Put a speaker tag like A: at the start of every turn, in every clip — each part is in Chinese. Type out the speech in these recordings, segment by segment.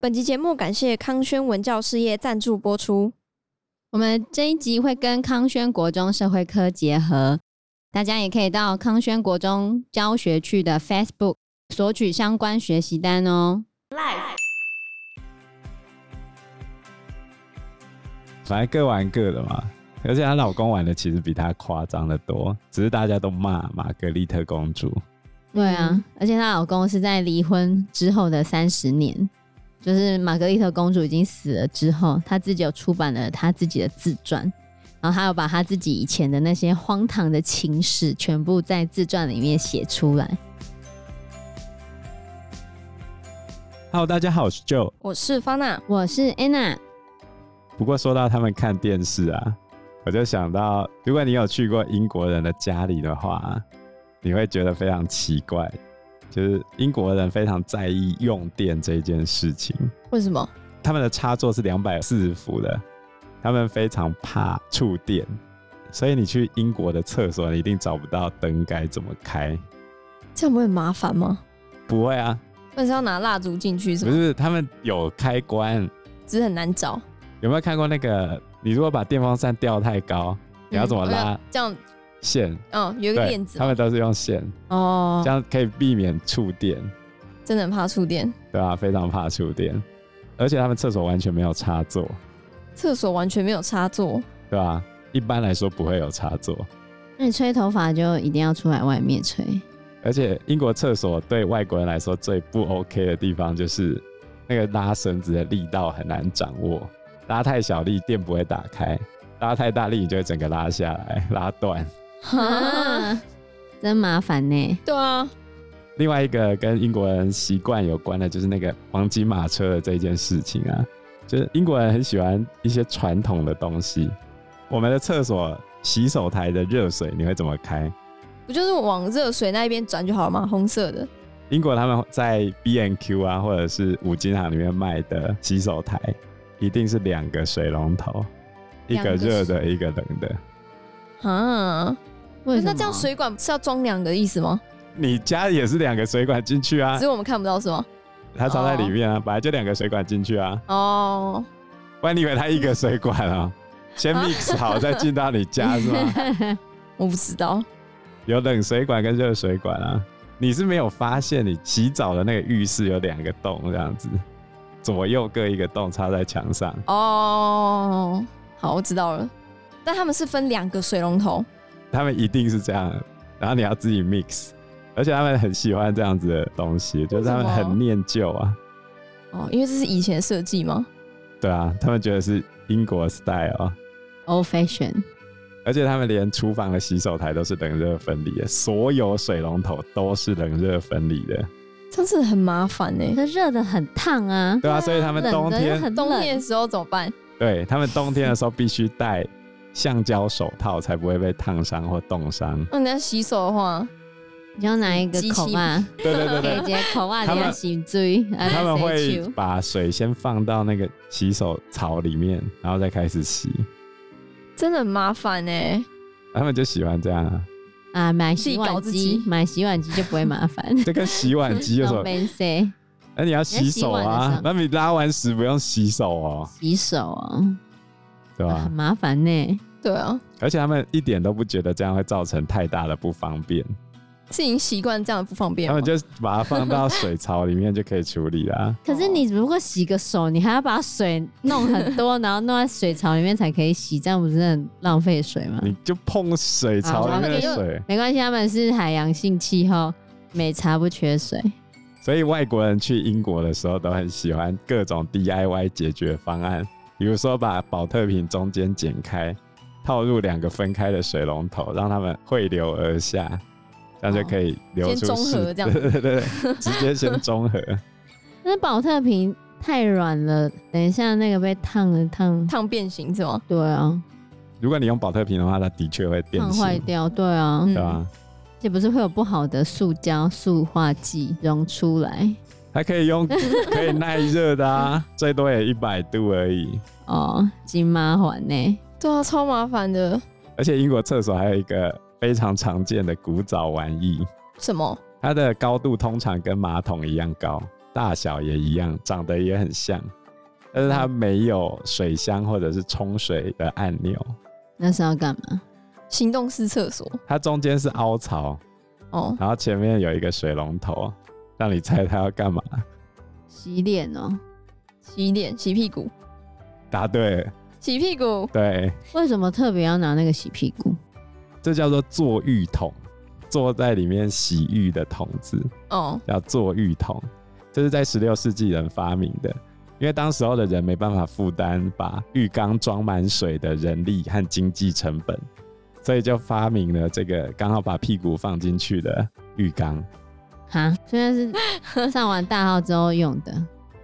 A: 本集节目感谢康轩文教事业赞助播出。
B: 我们这一集会跟康轩国中社会科结合，大家也可以到康轩国中教学区的 Facebook 索取相关学习单哦。
C: 反正各玩各的嘛。而且她老公玩的其实比她夸张的多，只是大家都骂玛格丽特公主。
B: 对
A: 嗯
B: 啊，而且她老公是在离婚之后的三十年，就是玛格丽特公主已经死了之后，她自己有出版了她自己的自传，然后还有把她自己以前的那些荒唐的情史全部在自传里面写出来。
C: Hello，大家好，我是 Joe。
A: 我是方娜，
B: 我是 Anna，
C: 不过说到他们看电视啊，我就想到，如果你有去过英国人的家里的话，你会觉得非常奇怪，就是英国人非常在意用电这件事情。
A: 为什么？
C: 他们的插座是两百四十伏的，他们非常怕触电，所以你去英国的厕所，你一定找不到灯该怎么开。
A: 这样不会很麻烦吗？
C: 不会啊，
A: 那是要拿蜡烛进去是
C: 不
A: 吗？
C: 是他们有开关，
A: 只是很难找。
C: 有没有看过那个？你如果把电风扇吊太高，你要怎么
A: 嗯
C: 拉
A: 我要这样，
C: 线？
B: 哦
A: 嗯，有一个
C: 对，
A: 链子
C: 他
A: 嘛。
C: 们都是用线，
A: 哦
C: 这，样可以避免触电，
A: 真的很怕触电，
C: 对吧、非常怕触电，而且他们厕所完全没有插座，
A: 厕所完全没有插座。
C: 对吧、一般来说不会有插座，
B: 那你吹头发就一定要出来外面吹。
C: 而且英国厕所对外国人来说最不 OK 的地方就是那个拉绳子的力道很难掌握，拉太小力电不会打开，拉太大力你就会整个拉下来，拉断。
A: 哈，
B: 真麻烦呢。
A: 对啊，
C: 另外一个跟英国人习惯有关的，就是那个黄金马车的这件事情啊，就是英国人很喜欢一些传统的东西。我们的厕所洗手台的热水你会怎么开？
A: 不就是往热水那一边转就好了吗？红色的。
C: 英国他们在 B N Q 啊，或者是五金行里面卖的洗手台，一定是两个水龙头，一
A: 两
C: 个
A: 个
C: 热的，一个冷的。
A: 啊，
B: 为什
A: 那
B: 么
A: 这样水管是要装两个的意思吗？
C: 你家也是两个水管进去啊
A: 只，是我们看不到是吗？
C: 它藏在
A: 哦
C: 里面啊，本来就两个水管进去啊。
A: 哦，
C: 不然你以为它一个水管啊、先 mix 好再进到你家是吗？
A: 我不知道。
C: 有冷水管跟热水管啊，你是没有发现你洗澡的那个浴室有两个洞这样子，左右各一个洞插在墙上。
A: 哦，好，我知道了。但他们是分两个水龙头，
C: 他们一定是这样，然后你要自己 mix，而且他们很喜欢这样子的东西，就是他们
A: 为什么
C: 很念旧啊，
A: 哦，因为这是以前的设计吗？
C: 对啊，他们觉得是英国 style 啊，
B: old fashion？
C: 而且他们连厨房的洗手台都是冷热分离的，所有水龙头都是冷热分离的，
A: 这样子很麻烦欸呢、
B: 可是热的很烫啊，
C: 对啊，所以他们冬
B: 冷的又
C: 天
B: 很
A: 冬
B: 冷
A: 天的时候怎么办？
C: 对他们冬天的时候必须戴橡胶手套，才不会被烫伤或冻
B: 哎
C: 伤。
A: 那你要洗手的话，
B: 你要拿一个口 袜，
C: 对对对
B: 给
C: 对。
B: 一个口袜
C: 他
B: 你
C: 们
B: 要洗嘴，啊
C: 他们会
B: 洗手
C: 把水先放到那个洗手槽里面，然后再开始洗。
A: 真的很麻烦欸呢、
C: 他们就喜欢这样啊，
B: 啊买
A: 自己
B: 洗
A: 搞
B: 碗
A: 自己
B: 机，买洗碗机就不会麻 烦。
C: 这跟洗碗 机有什么？哎
B: 没谁
C: 那你要洗手
B: 你要洗碗的时
C: 啊
B: 候，
C: 那你拉完屎不用洗手哦，
B: 洗手哦，
C: 对吧、
B: 很麻烦呢。
A: 对啊，
C: 而且他们一点都不觉得这样会造成太大的不方便，
A: 是已经习惯这样的不
B: 啊
A: 方便
C: 他
A: 吗
C: 们就把它放到水槽里面就可以处理 啦。
B: 可是你如果洗个手，你还要把水弄很多，然后弄在水槽里面才可以洗，这样不是很浪费水吗？
C: 你就碰水槽里面的
A: 啊他
C: 水，
B: 没关系，他们是海洋性气候，美茶不缺水。
C: 所以外国人去英国的时候都很喜欢各种 DIY 解决方案，比如说把保特瓶中间剪开，套入两个分开的水龙头，让它们汇流而下，这样就可以流出
A: 先中
C: 适
A: 和这样
C: 对对对，对直接先中和。
B: 但是保特瓶太软了，等一下那个被烫了烫，
A: 烫变形是吗？
B: 对啊，
C: 如果你用保特瓶的话，它的确会变
B: 烫坏
C: 形，
B: 掉，对啊，
A: 嗯
C: 对吧？
B: 这不是会有不好的塑胶塑化剂溶出来
C: 还可以用可以耐热 的啊，最多也一百度而已。
B: 哦，金麻烦呢。
A: 对啊，超麻烦的。
C: 而且英国厕所还有一个非常常见的古早玩意，
A: 什么？
C: 它的高度通常跟马桶一样高，大小也一样，长得也很像，但是它没有水箱或者是冲水的按钮，
B: 那是要干嘛？
A: 行动式厕所
C: 它中间是凹槽，
A: 哦，
C: 然后前面有一个水龙头，让你猜它要干嘛？
B: 洗脸哦？
A: 洗脸、洗屁股、
C: 答对了，
A: 洗屁股，
C: 对，
B: 为什么特别要拿那个洗屁股？
C: 这叫做坐浴桶，坐在里面洗浴的桶子。
A: 哦，
C: 叫坐浴桶，这是在十六世纪人发明的，因为当时候的人没办法负担把浴缸装满水的人力和经济成本，所以就发明了这个刚好把屁股放进去的浴缸。
B: 哈，虽然是上完大号之后用的，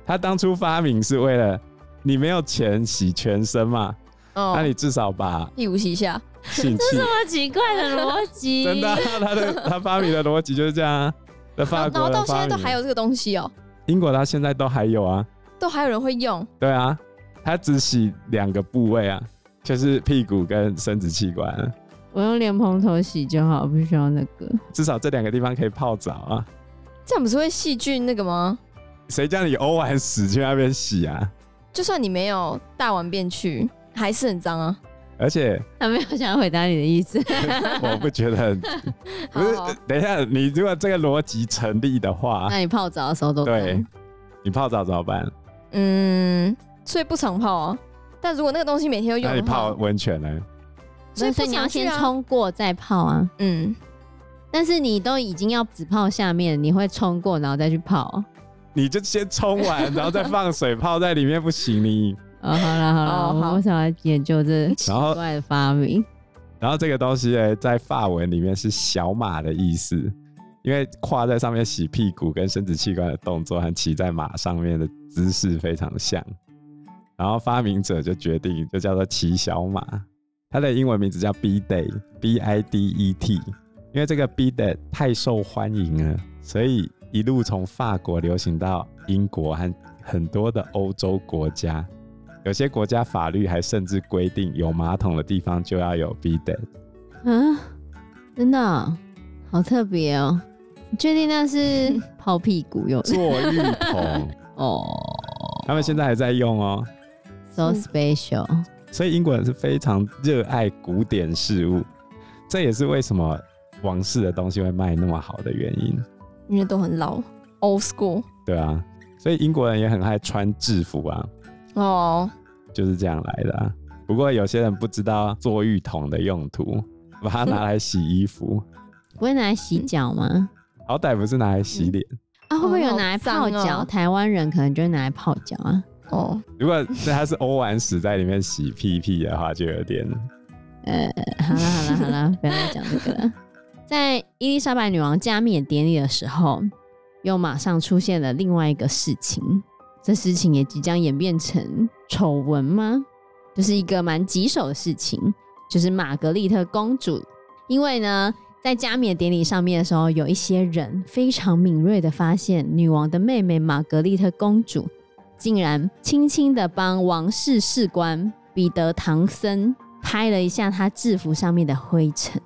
C: 他当初发明是为了你没有钱洗全身嘛，
A: 哦，
C: 那你至少把
A: 屁股洗一下，
C: 性器
B: 么奇怪的逻辑
C: 真的啊、他的他发明的逻辑就是这样啊。那法
A: 然后然后
C: 国人
A: 到现
C: 发
A: 在
C: 明的
A: 都还有这个东西哦，
C: 英国，他现在都还有啊。
A: 都还有人会用，
C: 对啊，他只洗两个部位啊，就是屁股跟生殖器官啊，
B: 我用莲蓬头洗就好，不需要那个。
C: 至少这两个地方可以泡澡啊。
A: 这样不是会细菌那个吗？
C: 谁叫你欧完屎去那边洗啊？
A: 就算你没有大完便去，还是很脏啊。
C: 而且
B: 他没有想要回答你的意
C: 啊
B: 思。
C: 我不觉得很，不
A: 好
C: 是
A: 好，
C: 等一下，你如果这个逻辑成立的话，
B: 那你泡澡的时候都
C: 对
B: 脏，
C: 你泡澡怎么办？
A: 嗯，所以不常泡啊。但如果那个东西每天都用
C: 那
A: 的
C: 你
A: 话，
C: 泡温泉呢？
A: 所以
B: 所以
A: 不
B: 你要
A: 常去
B: 先
A: 啊
B: 冲过再泡啊。
A: 嗯，
B: 但是你都已经要只泡下面，你会冲过然后再去泡。
C: 你就先冲完，然后再放水泡在里面，不行你。
B: 哦，好啦好啦，
A: 哦
B: 我
A: 好
B: 们为什么要研究这奇
C: 然后
B: 怪的发明？
C: 然后这个东西呢，在法文里面是小马的意思，因为跨在上面洗屁股跟生殖器官的动作和骑在马上面的姿势非常像。然后发明者就决定就叫做骑小马，它的英文名字叫 B Day B I D E T，因为这个 B Day 太受欢迎了，所以一路从法国流行到英国和很多的欧洲国家。有些国家法律还甚至规定，有马桶的地方就要有 B E Day。
B: 啊，真的哦、好特别哦！你确定那是 泡屁股用的？
C: 坐浴 桶，
B: 哦
C: 他们现在还在用哦。
A: 嗯
B: ，so special，
C: 所以英国人是非常热爱古典事物，这也是为什么王室的东西会卖那么好的原因，
A: 因为都很老，old school
C: 对啊。所以英国人也很爱穿制服啊，
A: 哦，
C: 就是这样来的、啊。不过有些人不知道坐浴桶的用途，把它拿来洗衣服，
B: 不会拿来洗脚
A: 嗯
B: 吗？
C: 好歹不是拿来洗脸。
B: 啊，会不会有拿来
A: 哦好
B: 泡
A: 脏
B: 脚？
A: 哦
B: 台湾人可能就会拿来泡脚啊。
A: 哦，
C: 如果他是欧完屎在里面洗屁屁的话，就有点
B: 好啦好啦好啦，不要再讲这 个了。在伊丽莎白女王加冕典礼的时候，又马上出现了另外一个事情，这事情也即将演变成丑闻吗？就是一个蛮棘手的事情，就是玛格丽特公主，因为呢，在加冕典礼上面的时候，有一些人非常敏锐的发现，女王的妹妹玛格丽特公主竟然轻轻的帮王室士官彼得·唐森拍了一下他制服上面的灰尘。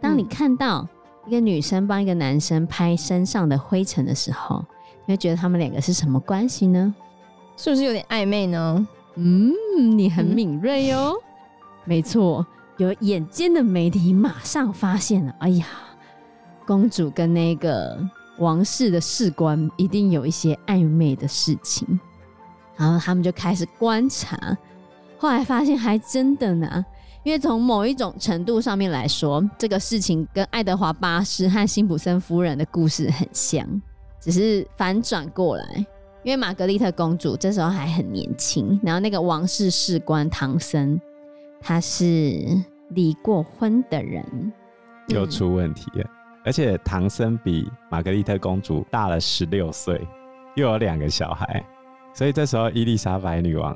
B: 当你
A: 嗯
B: 看到一个女生帮一个男生拍身上的灰尘的时候，你会觉得他们两个是什么关系呢？
A: 是不是有点暧昧呢？
B: 嗯，你很
A: 嗯
B: 敏锐哟、没错，有眼尖的媒体马上发现了，哎呀，公主跟那个王室的士官一定有一些暧昧的事情，然后他们就开始观察，后来发现还真的呢。因为从某一种程度上面来说，这个事情跟爱德华八世和辛普森夫人的故事很像，只是反转过来。因为玛格丽特公主这时候还很年轻，然后那个王室士官唐僧，他是离过婚的人，
C: 又出问题了。而且唐僧比玛格丽特公主大了十六岁，又有两个小孩，所以这时候伊丽莎白女王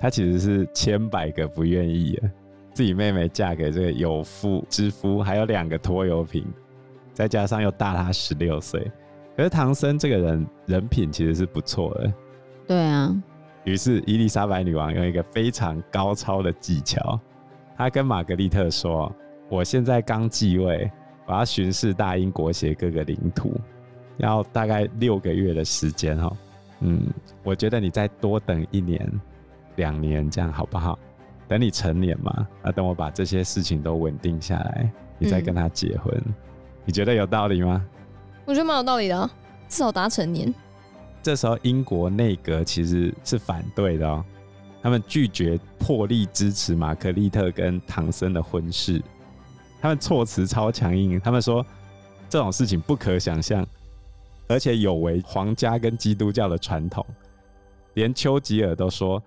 C: 她其实是千百个不愿意的，自己妹妹嫁给这个有妇之夫，还有两个拖油瓶，再加上又大她十六岁。可是唐僧这个人人品其实是不错的，
B: 对啊，
C: 于是伊丽莎白女王用一个非常高超的技巧，她跟玛格丽特说：“我现在刚继位，我要巡视大英国协各个领土，要大概六个月的时间哦。嗯，我觉得你再多等一年、两年，这样好不好？等你成年嘛，啊，等我把这些事情都稳定下来，你再跟他结婚，你觉得有道理吗？
A: 我觉得蛮有道理的、啊，至少达成年。
C: 这时候英国内阁其实是反对的哦，他们拒绝破例支持马克利特跟唐僧的婚事，他们措辞超强硬，他们说这种事情不可想象，而且有违皇家跟基督教的传统，连丘吉尔都说，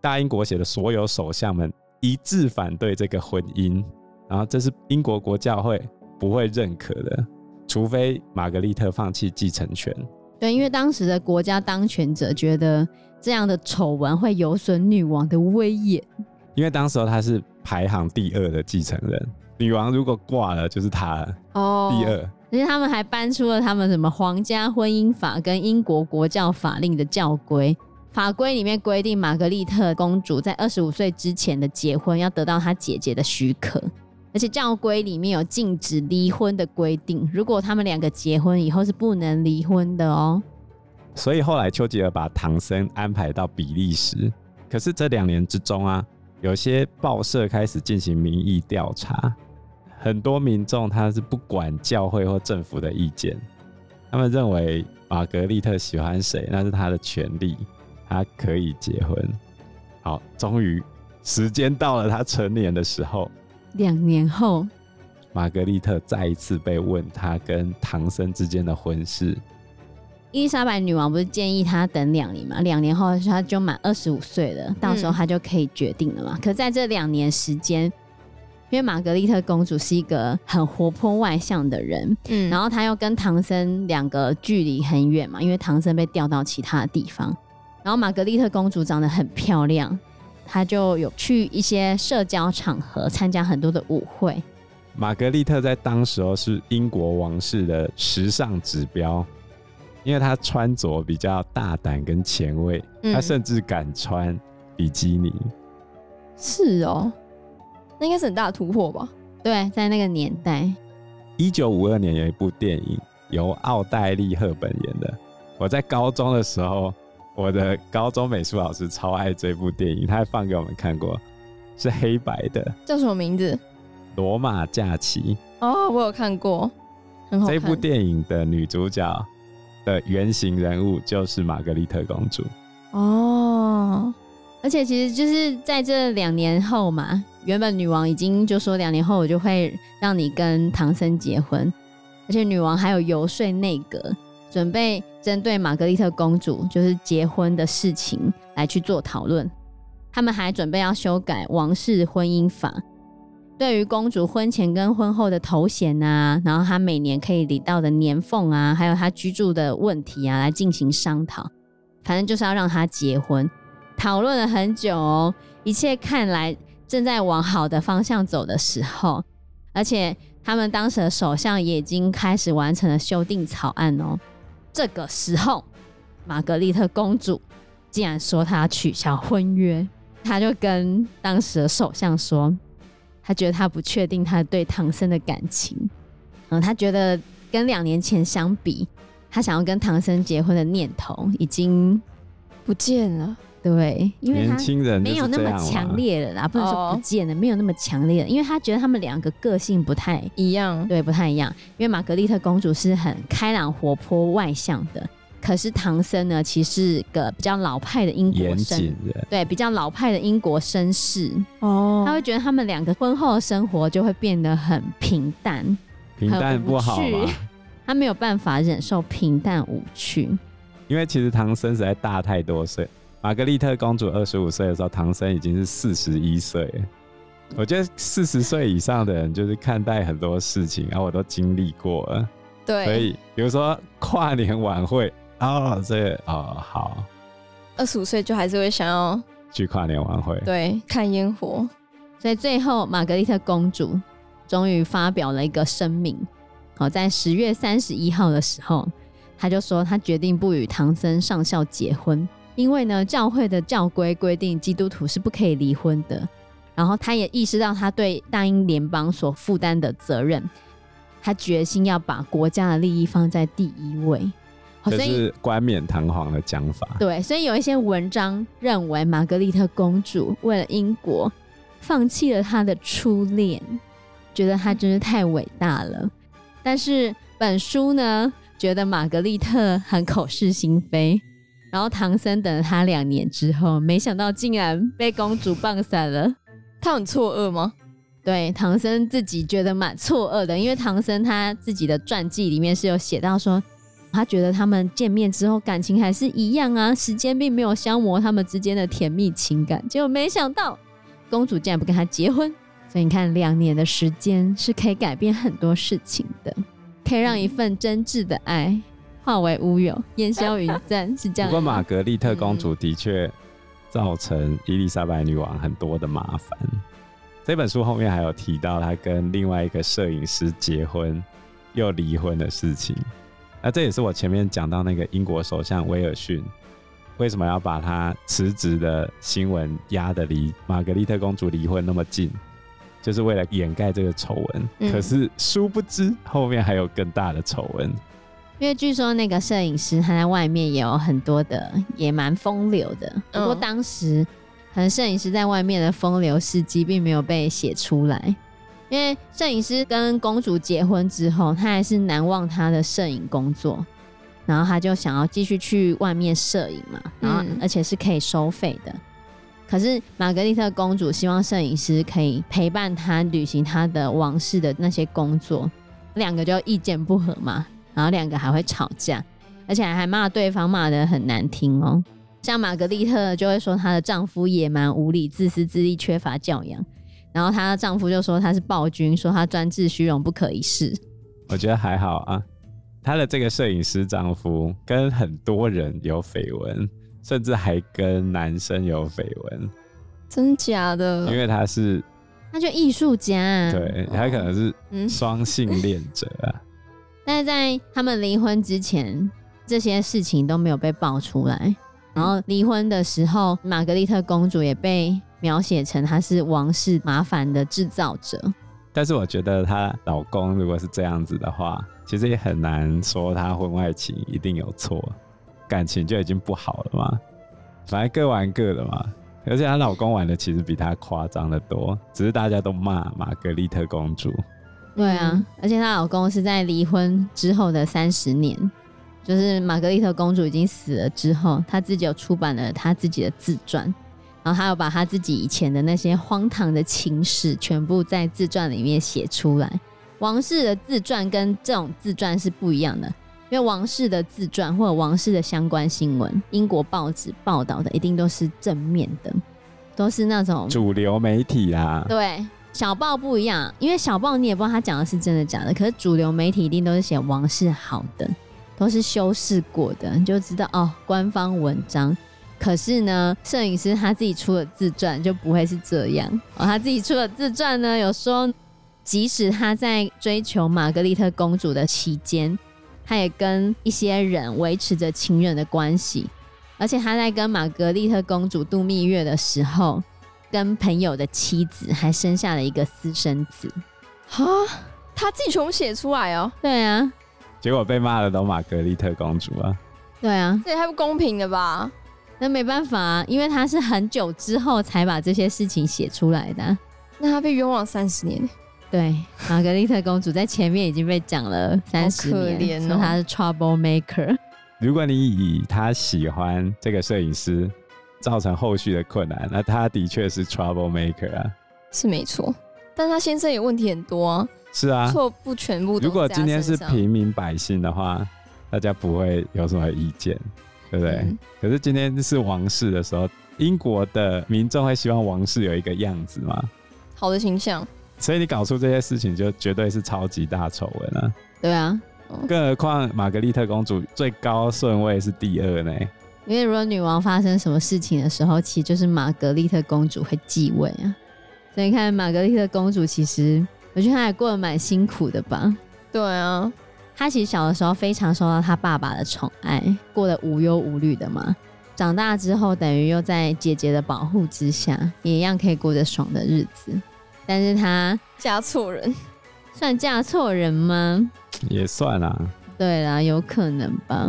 C: 大英国协的所有首相们一致反对这个婚姻，然后这是英国国教会不会认可的，除非玛格丽特放弃继承权。
B: 对，因为当时的国家当权者觉得这样的丑闻会有损女王的威严，
C: 因为当时候他是排行第二的继承人，女王如果挂了就是他了
A: 哦
C: 第二。
B: 而且他们还搬出了他们什么皇家婚姻法跟英国国教法令的教规。法规里面规定，玛格丽特公主在二十五岁之前的结婚要得到她姐姐的许可，而且教规里面有禁止离婚的规定。如果他们两个结婚以后是不能离婚的哦。
C: 所以后来丘吉尔把唐僧安排到比利时。可是这两年之中啊，有些报社开始进行民意调查，很多民众他是不管教会或政府的意见，他们认为玛格丽特喜欢谁那是她的权利，她可以结婚。好，终于时间到了，她成年的时候，
B: 两年后，
C: 玛格丽特再一次被问她跟唐僧之间的婚事，
B: 伊丽莎白女王不是建议她等两年嘛？两年后她就满二十五岁了，到时候她就可以决定了嘛。可在这两年时间，因为玛格丽特公主是一个很活泼外向的人，
A: 嗯
B: 然后她又跟唐僧两个距离很远嘛，因为唐僧被调到其他的地方。然后玛格丽特公主长得很漂亮，她就有去一些社交场合参加很多的舞会，
C: 玛格丽特在当时候是英国王室的时尚指标，因为她穿着比较大胆跟前卫，
A: 嗯
C: 她甚至敢穿比基尼。
A: 是哦，那应该是很大的突破吧？
B: 对，在那个年代，
C: 一九五二年有一部电影由奥黛丽·赫本演的，我在高中的时候，我的高中美术老师超爱这部电影，他还放给我们看过，是黑白的《
A: 叫什么名字？
C: 罗马假期》。
A: 哦，我有看过，
B: 哦
A: 很好看。
C: 这部电影的女主角的原型人物就是玛格丽特公主。
A: 哦，
B: 而且其实就是在这两年后嘛，原本女王已经就说两年后我就会让你跟唐僧结婚，而且女王还有游说内阁，准备针对玛格丽特公主就是结婚的事情来去做讨论。他们还准备要修改王室婚姻法，对于公主婚前跟婚后的头衔啊，然后她每年可以领到的年俸啊，还有她居住的问题啊，来进行商讨。反正就是要让她结婚。讨论了很久哦，一切看来正在往好的方向走的时候，而且他们当时的首相也已经开始完成了修订草案哦。这个时候，玛格丽特公主竟然说她要取消婚约，她就跟当时的首相说，她觉得她不确定她对唐僧的感情，嗯，她觉得跟两年前相比，她想要跟唐僧结婚的念头已经
A: 不见了。
B: 对，因为她
C: 年轻人就
B: 没
C: 是
B: 有那
C: 这
B: 么
C: 样啊嘛
B: 强。烈了啦，不能说不
A: 哦
B: 见了，没有那么强烈了，因为他觉得他们两个个性不太
A: 一样，
B: 对，不太一样。因为玛格丽特公主是很开朗、活泼、外向的，可是唐僧呢，其实是个比较老派的英国
C: 严
B: 绅
C: 谨，人，
B: 对，比较老派的英国绅士，
A: 哦
B: 他会觉得他们两个婚后的生活就会变得很平淡，
C: 平淡不好啊
B: 很无
C: 嘛？
B: 趣他没有办法忍受平淡无趣。
C: 因为其实唐僧实在大太多岁，玛格丽特公主二十五岁的时候，唐僧已经是四十一岁了。我觉得四十岁以上的人，就是看待很多事情，然、后我都经历过了，所
A: 对，
C: 以比如说跨年晚会，哦，这个哦好，
A: 二十五岁就还是会想要
C: 去跨年晚会，
A: 对看烟火，
B: 所以最后，玛格丽特公主终于发表了一个声明。好，在十月三十一号的时候，她就说她决定不与唐僧上校结婚，因为呢，教会的教规规定基督徒是不可以离婚的。然后她也意识到她对大英联邦所负担的责任，他决心要把国家的利益放在第一位。好，
C: 这
B: 所以
C: 是冠冕堂皇的讲法。
B: 对，所以有一些文章认为玛格丽特公主为了英国放弃了她的初恋，觉得她真是太伟大了。但是本书呢，觉得玛格丽特很口是心非。然后唐僧等了她两年之后，没想到竟然被公主棒散了。
A: 他很错愕吗？
B: 对，唐僧自己觉得蛮错愕的，因为唐僧他自己的传记里面是有写到说，他觉得他们见面之后感情还是一样啊，时间并没有消磨他们之间的甜蜜情感。结果没想到公主竟然不跟他结婚，所以你看，两年的时间是可以改变很多事情的，可以让一份真挚的爱化为乌有，烟消云散，是这
C: 不
B: 样
C: 过
B: 吗。
C: 玛格丽特公主的确造成伊丽莎白女王很多的麻烦。这本书后面还有提到她跟另外一个摄影师结婚又离婚的事情。那这也是我前面讲到那个英国首相威尔逊为什么要把他辞职的新闻压得离玛格丽特公主离婚那么近，就是为了掩盖这个丑闻。
A: 嗯
C: 可是殊不知后面还有更大的丑闻。
B: 因为据说那个摄影师他在外面也有很多的，也蛮风流的。不
A: 嗯
B: 过当时可能摄影师在外面的风流事迹并没有被写出来，因为摄影师跟公主结婚之后，他还是难忘他的摄影工作，然后他就想要继续去外面摄影嘛，然后
A: 嗯
B: 而且是可以收费的。可是玛格丽特公主希望摄影师可以陪伴她履行她的王室的那些工作，两个就意见不合嘛，然后两个还会吵架，而且还骂对方骂的很难听哦。像玛格丽特就会说她的丈夫野蛮无理、自私自利、缺乏教养，然后她的丈夫就说她是暴君，说她专制、虚荣、不可一世。
C: 我觉得还好啊。她的这个摄影师丈夫跟很多人有绯闻，甚至还跟男生有绯闻，
A: 真假的？
C: 因为他是
B: 那就艺术家、啊，
C: 对他可能是
A: 嗯
C: 双性恋者啊。
B: 但是在他们离婚之前，这些事情都没有被爆出来。然后离婚的时候，玛格丽特公主也被描写成她是王室麻烦的制造者。
C: 但是我觉得她老公如果是这样子的话，其实也很难说他婚外情一定有错，感情就已经不好了嘛，反正各玩各的嘛。而且她老公玩的其实比她夸张的多，只是大家都骂玛格丽特公主。
B: 对啊，
A: 嗯
B: 而且她老公是在离婚之后的三十年，就是玛格丽特公主已经死了之后，她自己有出版了她自己的自传，然后她有把她自己以前的那些荒唐的情史全部在自传里面写出来。王室的自传跟这种自传是不一样的，因为王室的自传或者王室的相关新闻，英国报纸报道的一定都是正面的，都是那种
C: 主流媒体啊啦，
B: 对，小报不一样，因为小报你也不知道他讲的是真的假的，可是主流媒体一定都是写王室好的，都是修饰过的，你就知道哦，官方文章。可是呢，摄影师他自己出了自传就不会是这样哦，他自己出了自传呢，有说，即使他在追求玛格丽特公主的期间，他也跟一些人维持着情人的关系，而且他在跟玛格丽特公主度蜜月的时候，跟朋友的妻子还生下了一个私生子。
A: 哈，他自己全部写出来哦，
B: 对啊，
C: 结果被骂的都玛格丽特公主啊。
B: 对啊，
A: 这也太不公平了吧？
B: 那没办法啊，因为他是很久之后才把这些事情写出来的啊、
A: 那他被冤枉三十年，
B: 对，玛格丽特公主在前面已经被讲了三十
A: 可
B: 年，
A: 怜
B: 说
A: 哦
B: 她是 trouble maker。
C: 如果你以他喜欢这个摄影师造成后续的困难，那他的确是 trouble maker 啊。
A: 是没错，但是他先生也问题很多啊，
C: 是啊，
A: 错、不全部都
C: 如果
A: 在
C: 今
A: 他
C: 天是
A: 身上
C: 平民百姓的话，大家不会有什么意见，对不对？
A: 嗯
C: 可是今天是王室的时候，英国的民众会希望王室有一个样子嘛，
A: 好的形象，
C: 所以你搞出这些事情，就绝对是超级大丑闻啊！
B: 对啊，
C: 更何况玛格丽特公主最高顺位是第二呢，
B: 因为如果女王发生什么事情的时候，其实就是玛格丽特公主会继位啊。所以你看，玛格丽特公主其实，我觉得她也过得蛮辛苦的吧。
A: 对啊，
B: 她其实小的时候非常受到她爸爸的宠爱，过得无忧无虑的嘛。长大之后，等于又在姐姐的保护之下，也一样可以过着爽的日子。但是她
A: 嫁错人，
B: 算嫁错人吗？
C: 也算啊。
B: 对啦，有可能吧。